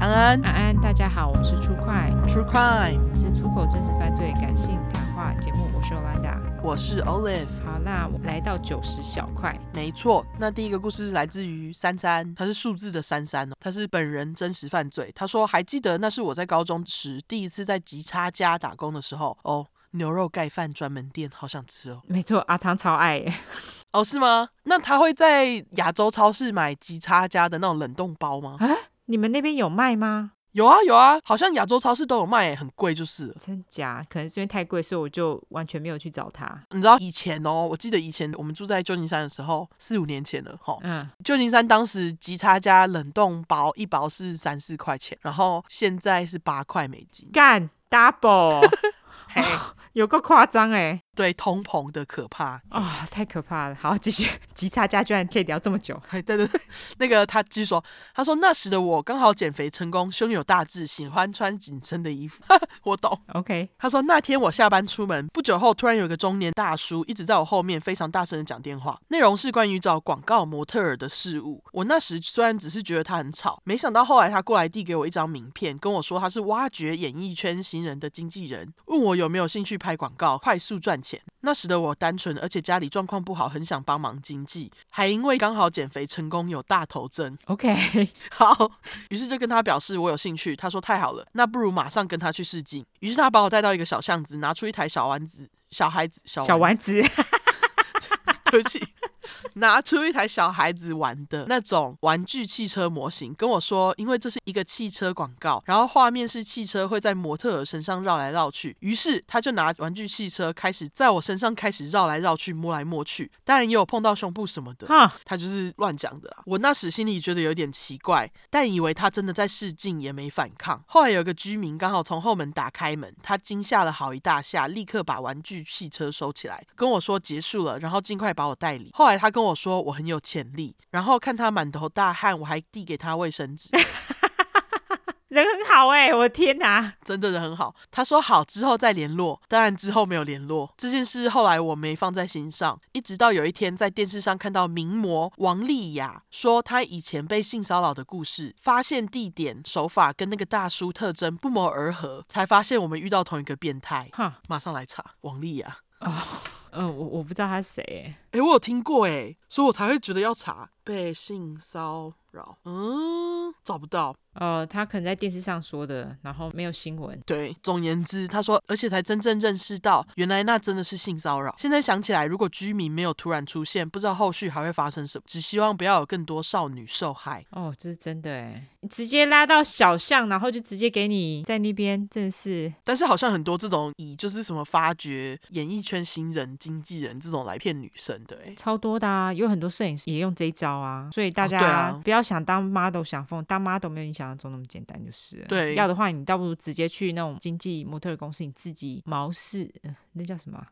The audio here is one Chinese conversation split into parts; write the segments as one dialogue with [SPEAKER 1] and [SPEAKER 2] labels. [SPEAKER 1] 安
[SPEAKER 2] 安安，大家好，我们是出快，
[SPEAKER 1] ，True Crime，
[SPEAKER 2] 是出口真实犯罪感性谈话节目，我是 Olanda。
[SPEAKER 1] 我是 Olive。
[SPEAKER 2] 好，那我来到九十小块，
[SPEAKER 1] 没错，那第一个故事来自于珊珊，她是数字的珊珊哦，她是本人真实犯罪。她说还记得那是我在高中时第一次在吉差家打工的时候哦，牛肉盖饭专门店，好想吃哦。
[SPEAKER 2] 没错，阿汤超爱耶，
[SPEAKER 1] 哦，是吗？那她会在亚洲超市买吉差家的那种冷冻包吗？
[SPEAKER 2] 你们那边有卖吗？
[SPEAKER 1] 有啊有啊，好像亚洲超市都有卖耶，很贵就是了。
[SPEAKER 2] 真假？可能是因为太贵，所以我就完全没有去找他。
[SPEAKER 1] 你知道以前哦，我记得以前我们住在旧金山的时候，四五年前了哈、
[SPEAKER 2] 嗯，
[SPEAKER 1] 旧金山当时吉差加冷冻包一包是三四块钱，然后现在是八块美金。
[SPEAKER 2] 干 double，哦
[SPEAKER 1] 嘿，
[SPEAKER 2] 有够夸张哎！
[SPEAKER 1] 对，通膨的可怕。
[SPEAKER 2] 啊、太可怕了。好，继续，吉差家居然可以聊这么久。
[SPEAKER 1] 嘿对对对，那个他继续说，他说那时的我刚好减肥成功，胸有大志，喜欢穿紧身的衣服。 我懂。
[SPEAKER 2] OK，
[SPEAKER 1] 他说那天我下班出门，不久后突然有一个中年大叔一直在我后面非常大声的讲电话，内容是关于找广告模特儿的事物。我那时虽然只是觉得他很吵，没想到后来他过来递给我一张名片，跟我说他是挖掘演艺圈新人的经纪人，问我有没有兴趣拍广告，快速赚钱。那时的我单纯，而且家里状况不好，很想帮忙经济，还因为刚好减肥成功有大头症，
[SPEAKER 2] OK，
[SPEAKER 1] 好，于是就跟他表示我有兴趣。他说太好了，那不如马上跟他去试镜。于是他把我带到一个小巷子，拿出一台小丸子，小孩子，小
[SPEAKER 2] 小
[SPEAKER 1] 丸
[SPEAKER 2] 丸子，
[SPEAKER 1] 子，对不起， 拿出一台小孩子玩的那种玩具汽车模型，跟我说，因为这是一个汽车广告，然后画面是汽车会在模特儿身上绕来绕去。于是他就拿玩具汽车开始在我身上开始绕来绕去，摸来摸去，当然也有碰到胸部什么的。
[SPEAKER 2] 哈，
[SPEAKER 1] 他就是乱讲的啦。我那时心里觉得有点奇怪，但以为他真的在试镜，也没反抗。后来有个居民刚好从后门打开门，他惊吓了好一大下，立刻把玩具汽车收起来，跟我说结束了，然后尽快把我带离。后来他跟我说我很有潜力，然后看他满头大汗，我还递给他卫生纸，
[SPEAKER 2] 人很好哎，我的天哪，
[SPEAKER 1] 真的人很好。他说好之后再联络，当然之后没有联络这件事，后来我没放在心上，一直到有一天在电视上看到名模王丽雅说她以前被性骚扰的故事，发现地点、手法跟那个大叔特征不谋而合，才发现我们遇到同一个变态。
[SPEAKER 2] 哈，
[SPEAKER 1] 马上来查王丽雅，
[SPEAKER 2] 嗯、我我不知道他是谁哎。
[SPEAKER 1] 诶，我有听过诶，所以我才会觉得要查被性骚扰。嗯，找不到。
[SPEAKER 2] 呃，他可能在电视上说的，然后没有新闻。
[SPEAKER 1] 对，总言之，他说，而且才真正认识到，原来那真的是性骚扰。现在想起来，如果居民没有突然出现，不知道后续还会发生什么。只希望不要有更多少女受害。
[SPEAKER 2] 哦，这是真的哎！你直接拉到小巷，然后就直接给你在那边，真的是
[SPEAKER 1] 但是好像很多这种以就是什么发掘演艺圈新人、经纪人这种来骗女生的、欸，
[SPEAKER 2] 超多的啊！有很多摄影师也用这一招啊，所以大
[SPEAKER 1] 哦对
[SPEAKER 2] 家、
[SPEAKER 1] 啊
[SPEAKER 2] 不要想当 model 想疯，当 model 没有你想象中那么简单，就是了
[SPEAKER 1] 对
[SPEAKER 2] 要的话，你倒不如直接去那种经纪模特儿公司，你自己毛遂、呃那叫什么啊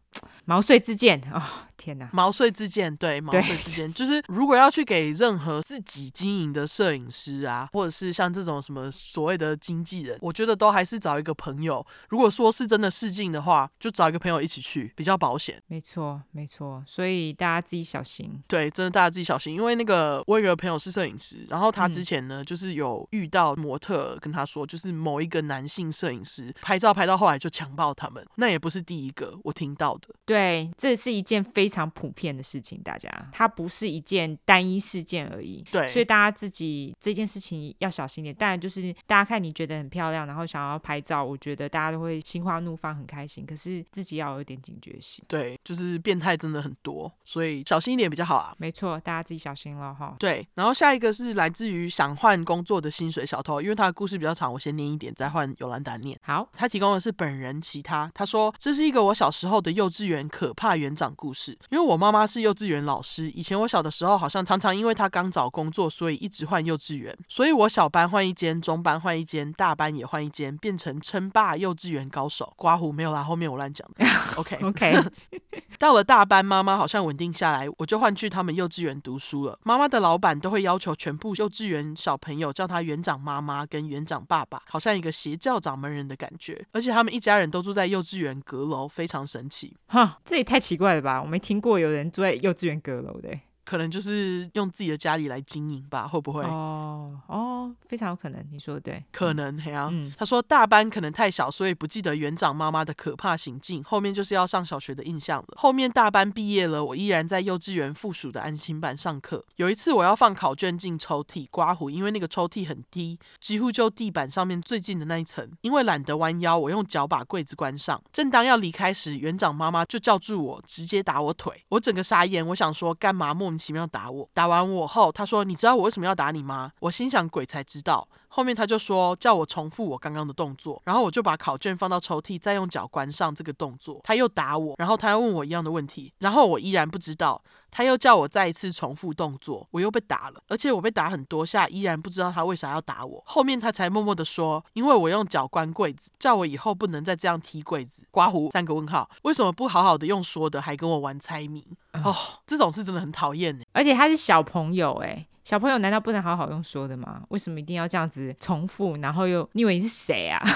[SPEAKER 2] 毛遂自荐哦！天哪，
[SPEAKER 1] 毛遂自荐，对，毛遂自荐，就是如果要去给任何自己经营的摄影师啊，或者是像这种什么所谓的经纪人，我觉得都还是找一个朋友。如果说是真的试镜的话，就找一个朋友一起去，比较保险。
[SPEAKER 2] 没错没错，所以大家自己小心。
[SPEAKER 1] 对，真的大家自己小心，因为那个我有个朋友是摄影师，然后他
[SPEAKER 2] 嗯
[SPEAKER 1] 之前呢、就是有遇到模特跟他说，就是某一个男性摄影师拍照拍到后来就强暴他们，那也不是第一个我听到的。
[SPEAKER 2] 对，这是一件非常普遍的事情，大家它不是一件单一事件而已。
[SPEAKER 1] 对
[SPEAKER 2] 所以大家自己这件事情要小心点。当然，就是大家看你觉得很漂亮，然后想要拍照，我觉得大家都会心花怒放，很开心。可是自己要有一点警觉性。
[SPEAKER 1] 对，就是变态真的很多，所以小心一点比较好啊。
[SPEAKER 2] 没错，大家自己小心了哈。
[SPEAKER 1] 对，然后下一个是来自于想换工作的薪水小偷，因为他的故事比较长，我先念一点，再换尤兰达念。
[SPEAKER 2] 好，
[SPEAKER 1] 他提供的是本人其他。他说这是一个我小时候的幼稚园可怕园长故事，因为我妈妈是幼稚园老师，以前我小的时候好像常常因为她刚找工作，所以一直换幼稚园，所以我小班换一间，中班换一间，大班也换一间，变成称霸幼稚园高手。刮胡没有啦，后面我乱讲的。OK，
[SPEAKER 2] OK，
[SPEAKER 1] 到了大班，妈妈好像稳定下来，我就换去他们幼稚园读书了。妈妈的老板都会要求全部幼稚园小朋友叫他园长妈妈跟园长爸爸，好像一个邪教掌门人的感觉。而且他们一家人都住在幼稚园阁楼，非常神奇。
[SPEAKER 2] 哈，这也太奇怪了吧？我没听过有人住在幼稚园阁楼的欸。
[SPEAKER 1] 可能就是用自己的家里来经营吧，会不会？
[SPEAKER 2] 哦哦，哦，非常有可能，你说的对，
[SPEAKER 1] 可能嘿啊。
[SPEAKER 2] 嗯，
[SPEAKER 1] 他说大班可能太小，所以不记得园长妈妈的可怕行径。后面就是要上小学的印象了。后面大班毕业了，我依然在幼稚园附属的安心班上课。有一次我要放考卷进抽屉刮胡，因为那个抽屉很低，几乎就地板上面最近的那一层。因为懒得弯腰，我用脚把柜子关上。正当要离开时，园长妈妈就叫住我，直接打我腿。我整个傻眼，我想说干嘛莫名其妙打我？打完我后，她说你知道我为什么要打你吗？我心想鬼才知道。后面他就说叫我重复我刚刚的动作，然后我就把考卷放到抽屉，再用脚关上这个动作。他又打我，然后他又问我一样的问题，然后我依然不知道。他又叫我再一次重复动作，我又被打了，而且我被打很多下，依然不知道他为啥要打我。后面他才默默的说，因为我用脚关柜子，叫我以后不能再这样踢柜子。刮胡三个问号，为什么不好好的用说的，还跟我玩猜谜？哦，这种事真的很讨厌呢。
[SPEAKER 2] 而且他是小朋友哎、小朋友难道不能好好用说的吗？为什么一定要这样子重复？然后又你以为你是谁啊？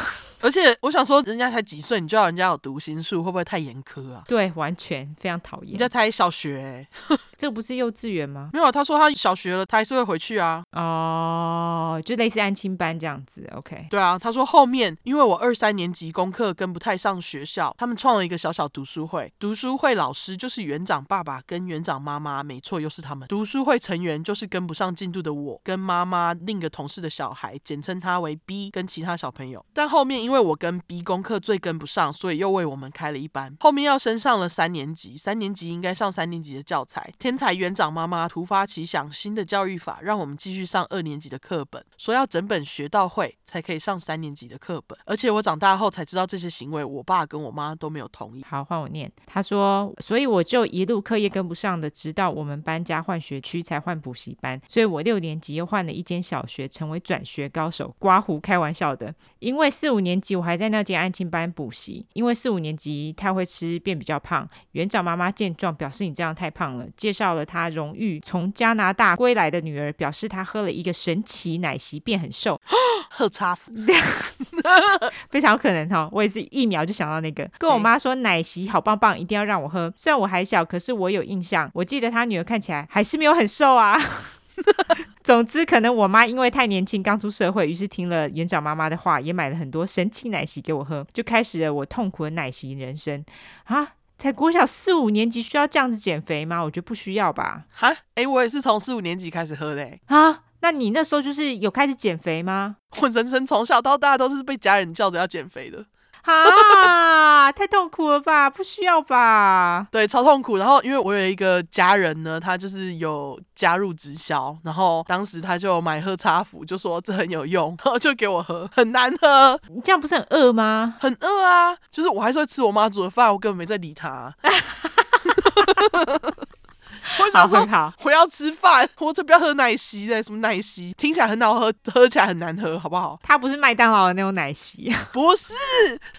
[SPEAKER 1] 而且我想说，人家才几岁，你就要人家有读心术，会不会太严苛啊？
[SPEAKER 2] 对，完全非常讨
[SPEAKER 1] 人
[SPEAKER 2] 厌
[SPEAKER 1] 家。才小学欸、
[SPEAKER 2] 这不是幼稚园吗？
[SPEAKER 1] 没有啊，他说他小学了，他还是会回去啊。
[SPEAKER 2] 哦，就类似安亲班这样子，OK。
[SPEAKER 1] 对啊，他说后面因为我二三年级功课跟不太上学校，他们创了一个小小读书会。读书会老师就是园长爸爸跟园长妈妈，没错，又是他们。读书会成员就是跟不上进度的我跟妈妈另一个同事的小孩，简称他为 B，跟其他小朋友。但后面因为我跟 B 功课最跟不上，所以又为我们开了一班。后面要升上了三年级，三年级应该上三年级的教材。天才园长妈妈突发奇想，新的教育法让我们继续上二年级的课本，说要整本学到会才可以上三年级的课本。而且我长大后才知道这些行为，我爸跟我妈都没有同意。
[SPEAKER 2] 好，换我念。他说，所以我就一路课业跟不上的，直到我们搬家换学区才换补习班，所以我六年级又换了一间小学，成为转学高手。刮胡开玩笑的，因为四五年级我还在那间安亲班补习，因为四五年级太会吃变比较胖。园长妈妈见状表示你这样太胖了，介绍了她荣誉从加拿大归来的女儿，表示她喝了一个神奇奶昔变很瘦，
[SPEAKER 1] 喝茶夫
[SPEAKER 2] 非常有可能哈、哦我也是一秒就想到那个，跟我妈说奶昔好棒棒，一定要让我喝。虽然我还小，可是我有印象，我记得她女儿看起来还是没有很瘦啊。 总之，可能我妈因为太年轻，刚出社会，于是听了园长妈妈的话，也买了很多神奇奶昔给我喝，就开始了我痛苦的奶昔人生啊！才国小四五年级需要这样子减肥吗？我觉得不需要吧。
[SPEAKER 1] 哈，诶，我也是从四五年级开始喝的、欸，
[SPEAKER 2] 啊，那你那时候就是有开始减肥吗？
[SPEAKER 1] 我人生从小到大都是被家人叫着要减肥的。
[SPEAKER 2] 啊，太痛苦了吧？不需要吧？
[SPEAKER 1] 对，超痛苦。然后因为我有一个家人呢，他就是有加入直销，然后当时他就买喝茶服，就说这很有用，然后就给我喝，很难喝，
[SPEAKER 2] 你这样不是很饿吗？
[SPEAKER 1] 很饿啊，就是我还是会吃我妈煮的饭，我根本没在理他。我想说。
[SPEAKER 2] 好，
[SPEAKER 1] 我要吃饭，我才不要喝奶昔嘞！什么奶昔，听起来很好喝，喝起来很难喝，好不好？
[SPEAKER 2] 它不是麦当劳的那种奶昔，
[SPEAKER 1] 不是，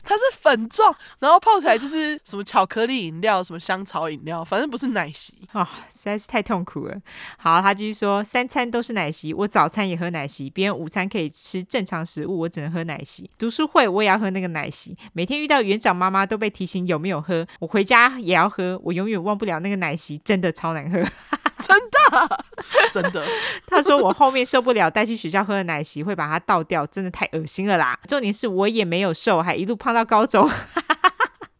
[SPEAKER 1] 它是粉状，然后泡起来就是什么巧克力饮料、什么香草饮料，反正不是奶昔。
[SPEAKER 2] 哦，实在是太痛苦了。好，他继续说，三餐都是奶昔，我早餐也喝奶昔，别人午餐可以吃正常食物，我只能喝奶昔。读书会我也要喝那个奶昔，每天遇到园长妈妈都被提醒有没有喝，我回家也要喝，我永远忘不了那个奶昔，真的超难喝。
[SPEAKER 1] 真的，
[SPEAKER 2] 他说我后面受不了带去学校喝的奶昔，会把它倒掉，真的太恶心了啦。重点是我也没有瘦，还一路胖到高中。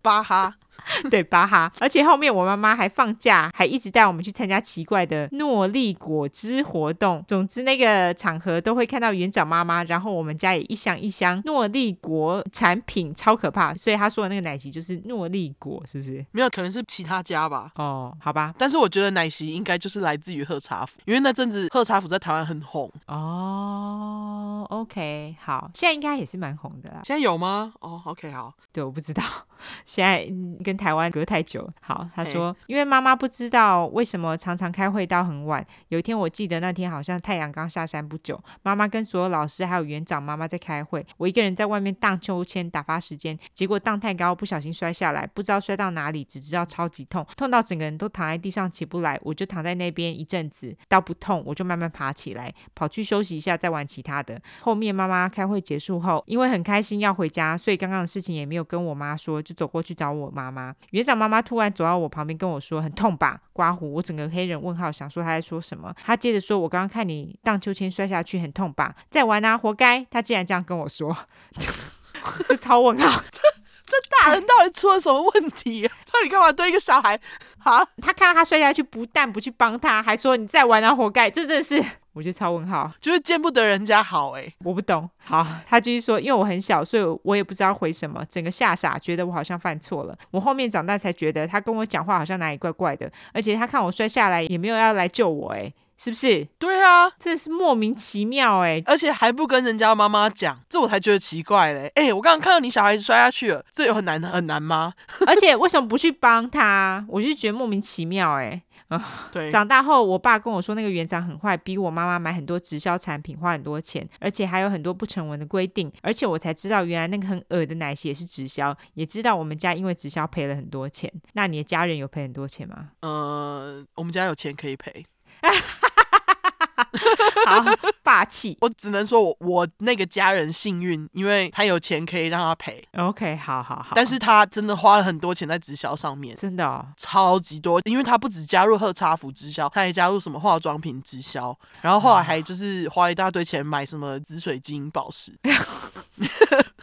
[SPEAKER 1] 巴哈。
[SPEAKER 2] 对巴哈，而且后面我妈妈还放假，还一直带我们去参加奇怪的诺丽果汁活动。总之那个场合都会看到园长妈妈，然后我们家也一箱一箱诺丽果产品，超可怕。所以他说的那个奶昔就是诺丽果，是不是？
[SPEAKER 1] 没有，可能是其他家吧。
[SPEAKER 2] 哦，好吧，
[SPEAKER 1] 但是我觉得奶昔应该就是来自于喝茶府，因为那阵子喝茶府在台湾很红。
[SPEAKER 2] 哦，OK，好，现在应该也是蛮红的啦。
[SPEAKER 1] 现在有吗？哦，OK，好，
[SPEAKER 2] 对，我不知道，现在嗯跟台湾隔太久了。好，他说，因为妈妈不知道为什么常常开会到很晚。有一天，我记得那天好像太阳刚下山不久，妈妈跟所有老师还有园长妈妈在开会，我一个人在外面荡秋千打发时间，结果荡太高不小心摔下来，不知道摔到哪里，只知道超级痛，痛到整个人都躺在地上起不来。我就躺在那边一阵子，到不痛我就慢慢爬起来，跑去休息一下，再玩其他的。后面妈妈开会结束后，因为很开心要回家，所以刚刚的事情也没有跟我妈说，就走过去找我妈妈。吗？园长妈妈突然走到我旁边跟我说：“很痛吧，刮胡？”我整个黑人问号，想说他在说什么。他接着说：“我刚刚看你荡秋千摔下去，很痛吧？再玩啊，活该！”他竟然这样跟我说， 这超问号。
[SPEAKER 1] 大人到底出了什么问题、啊？ 到底干嘛对一个小孩啊？
[SPEAKER 2] 他看到他摔下去，不但不去帮他，还说你再玩啊，活该！这真的是，我觉得超问号。
[SPEAKER 1] 就是见不得人家好哎、
[SPEAKER 2] 我不懂。好，他继续说，因为我很小，所以我也不知道回什么，整个吓傻，觉得我好像犯错了。我后面长大才觉得，他跟我讲话好像哪里怪怪的，而且他看我摔下来也没有要来救我，哎，是不是？
[SPEAKER 1] 对啊，
[SPEAKER 2] 真的是莫名其妙哎、
[SPEAKER 1] 而且还不跟人家妈妈讲，这我才觉得奇怪嘞。哎、我刚刚看到你小孩子摔下去了，这有很难很难吗？
[SPEAKER 2] 而且为什么不去帮他？我就觉得莫名其妙哎、
[SPEAKER 1] 对，
[SPEAKER 2] 长大后，我爸跟我说，那个园长很坏，逼我妈妈买很多直销产品，花很多钱，而且还有很多不成文的规定。而且我才知道，原来那个很恶的奶昔也是直销，也知道我们家因为直销赔了很多钱。那你的家人有赔很多钱 吗？
[SPEAKER 1] 呃，我们家有钱可以赔，
[SPEAKER 2] 好霸气。
[SPEAKER 1] 我只能说我我那个家人幸运，因为他有钱可以让他赔，
[SPEAKER 2] OK，好好好。
[SPEAKER 1] 但是嗯他真的花了很多钱在直销上面。
[SPEAKER 2] 真的哦，
[SPEAKER 1] 超级多，因为他不只加入喝茶服直销，他还加入什么化妆品直销，然后后来还就是花了一大堆钱买什么紫水晶宝 石，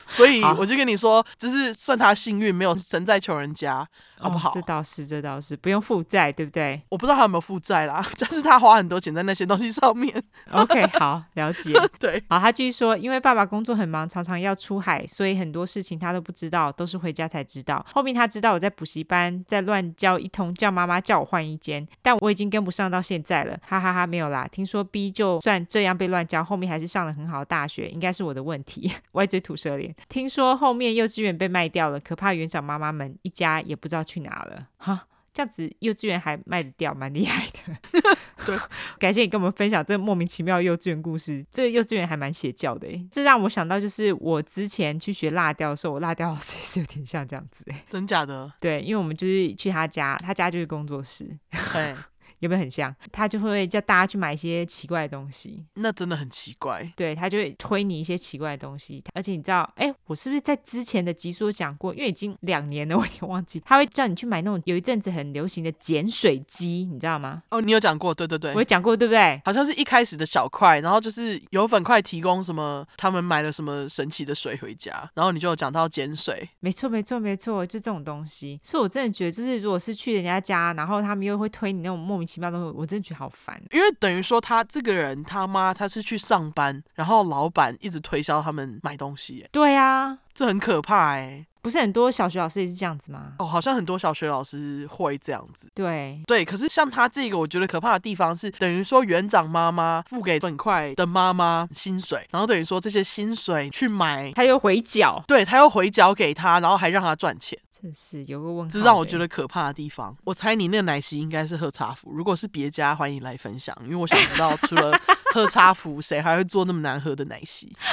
[SPEAKER 1] 所以
[SPEAKER 2] 好
[SPEAKER 1] 我就跟你说，就是算他幸运，没有神在求人家，好不好？
[SPEAKER 2] 哦这倒是，这倒是，不用负债，对不对
[SPEAKER 1] 我不知道他有没有负债啦， 但是他花很多钱在那些东西上 面。
[SPEAKER 2] ？OK，好，了解。
[SPEAKER 1] 对，
[SPEAKER 2] 好，他继续说，因为爸爸工作很忙，常常要出海，所以很多事情他都不知道，都是回家才知道。后面他知道我在补习班，在乱教一通，叫妈妈叫我换一间，但我已经跟不上到现在了，哈哈哈没有啦。听说 B 就算这样被乱教，后面还是上了很好的大学，应该是我的问题，歪嘴吐舌脸。听说后面幼稚园被卖掉了，可怕园长妈妈们一家也不知道去哪了，哈。这样子幼稚园还卖得掉，蛮厉害的。感谢你跟我们分享这莫名其妙的幼稚园故事。这个幼稚园还蛮邪教的欸诶，这让我想到就是我之前去学辣雕的时候，我辣雕老师也是有点像这样子诶。
[SPEAKER 1] 真假的，
[SPEAKER 2] 对，因为我们就是去他家，他家就是工作室，
[SPEAKER 1] 哎，
[SPEAKER 2] 有没有很像？他就会叫大家去买一些奇怪的东西，
[SPEAKER 1] 那真的很奇怪。
[SPEAKER 2] 对他就会推你一些奇怪的东西。而且你知道，哎，我是不是在之前的集数讲过？因为已经两年了，我有点忘记。他会叫你去买那种有一阵子很流行的碱水鸡，你知道吗？
[SPEAKER 1] 哦，你有讲过，对对对
[SPEAKER 2] 我有，讲过，对不对？
[SPEAKER 1] 好像是一开始的小块，然后就是有粉块提供什么，他们买了什么神奇的水回家，然后你就有讲到碱水，
[SPEAKER 2] 没错，没错，没错，就这种东西。所以我真的觉得，就是如果是去人家家，然后他们又会推你那种莫名其妙的东西，我真的觉得好烦。哦
[SPEAKER 1] 因为等于说他这个人他妈他是去上班，然后老板一直推销他们买东西耶，
[SPEAKER 2] 对啊，
[SPEAKER 1] 这很可怕哎、
[SPEAKER 2] 不是很多小学老师也是这样子吗？
[SPEAKER 1] 哦，好像很多小学老师会这样子。
[SPEAKER 2] 对，
[SPEAKER 1] 对，可是像他这个，我觉得可怕的地方是，等于说园长妈妈付给粉块的妈妈薪水，然后等于说这些薪水去买，
[SPEAKER 2] 他又回脚，
[SPEAKER 1] 对他又回缴给他，然后还让他赚钱。
[SPEAKER 2] 真是有个问号欸
[SPEAKER 1] 这
[SPEAKER 2] 的。
[SPEAKER 1] 让我觉得可怕的地方。我猜你那个奶昔应该是喝茶服，如果是别家，欢迎来分享，因为我想知道除了 喝茶服，谁还会做那么难喝的奶昔？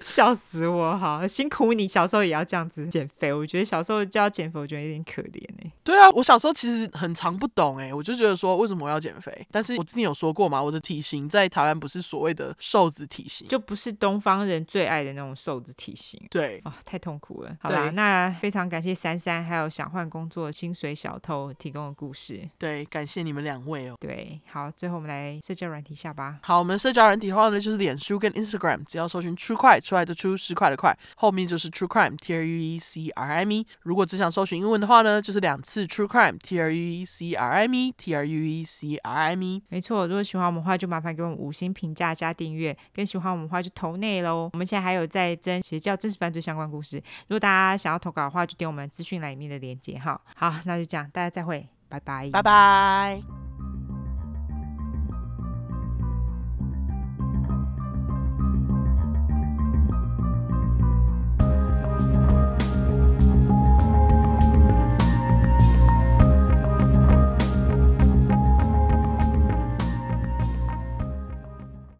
[SPEAKER 2] 笑死我，好辛苦你小时候也要这样子减肥。我觉得小时候就要减肥，我觉得有点可怜哎、
[SPEAKER 1] 对啊，我小时候其实很常不懂哎、我就觉得说为什么我要减肥？但是我之前有说过嘛，我的体型在台湾不是所谓的瘦子体型，
[SPEAKER 2] 就不是东方人最爱的那种瘦子体型。
[SPEAKER 1] 对。
[SPEAKER 2] 啊、太痛苦了。好啦，
[SPEAKER 1] 对
[SPEAKER 2] 那非常感谢珊珊还有想换工作的薪水小偷提供的故事。
[SPEAKER 1] 对，感谢你们两位哦。
[SPEAKER 2] 对，好，最后我们来社交软体下吧。
[SPEAKER 1] 好，我们社交软体的话呢，就是脸书跟 Instagram，只要搜寻 True Crime 出来的出十块的块，后面就是 True Crime，T R U E C R I M E。如果只想搜寻英文的话呢，就是两次 True Crime，T R U E C R I M E，T R U E C R I M E。
[SPEAKER 2] 没错，如果喜欢我们的话，就麻烦给我们五星评价加订阅，更喜欢我们的话就投内喽。我们现在还有在征邪教真实犯罪相关故事，如果大家想要投稿的话，就点我们资讯栏里面的链接哈。好，那就这样，大家再会，拜拜，
[SPEAKER 1] 拜拜。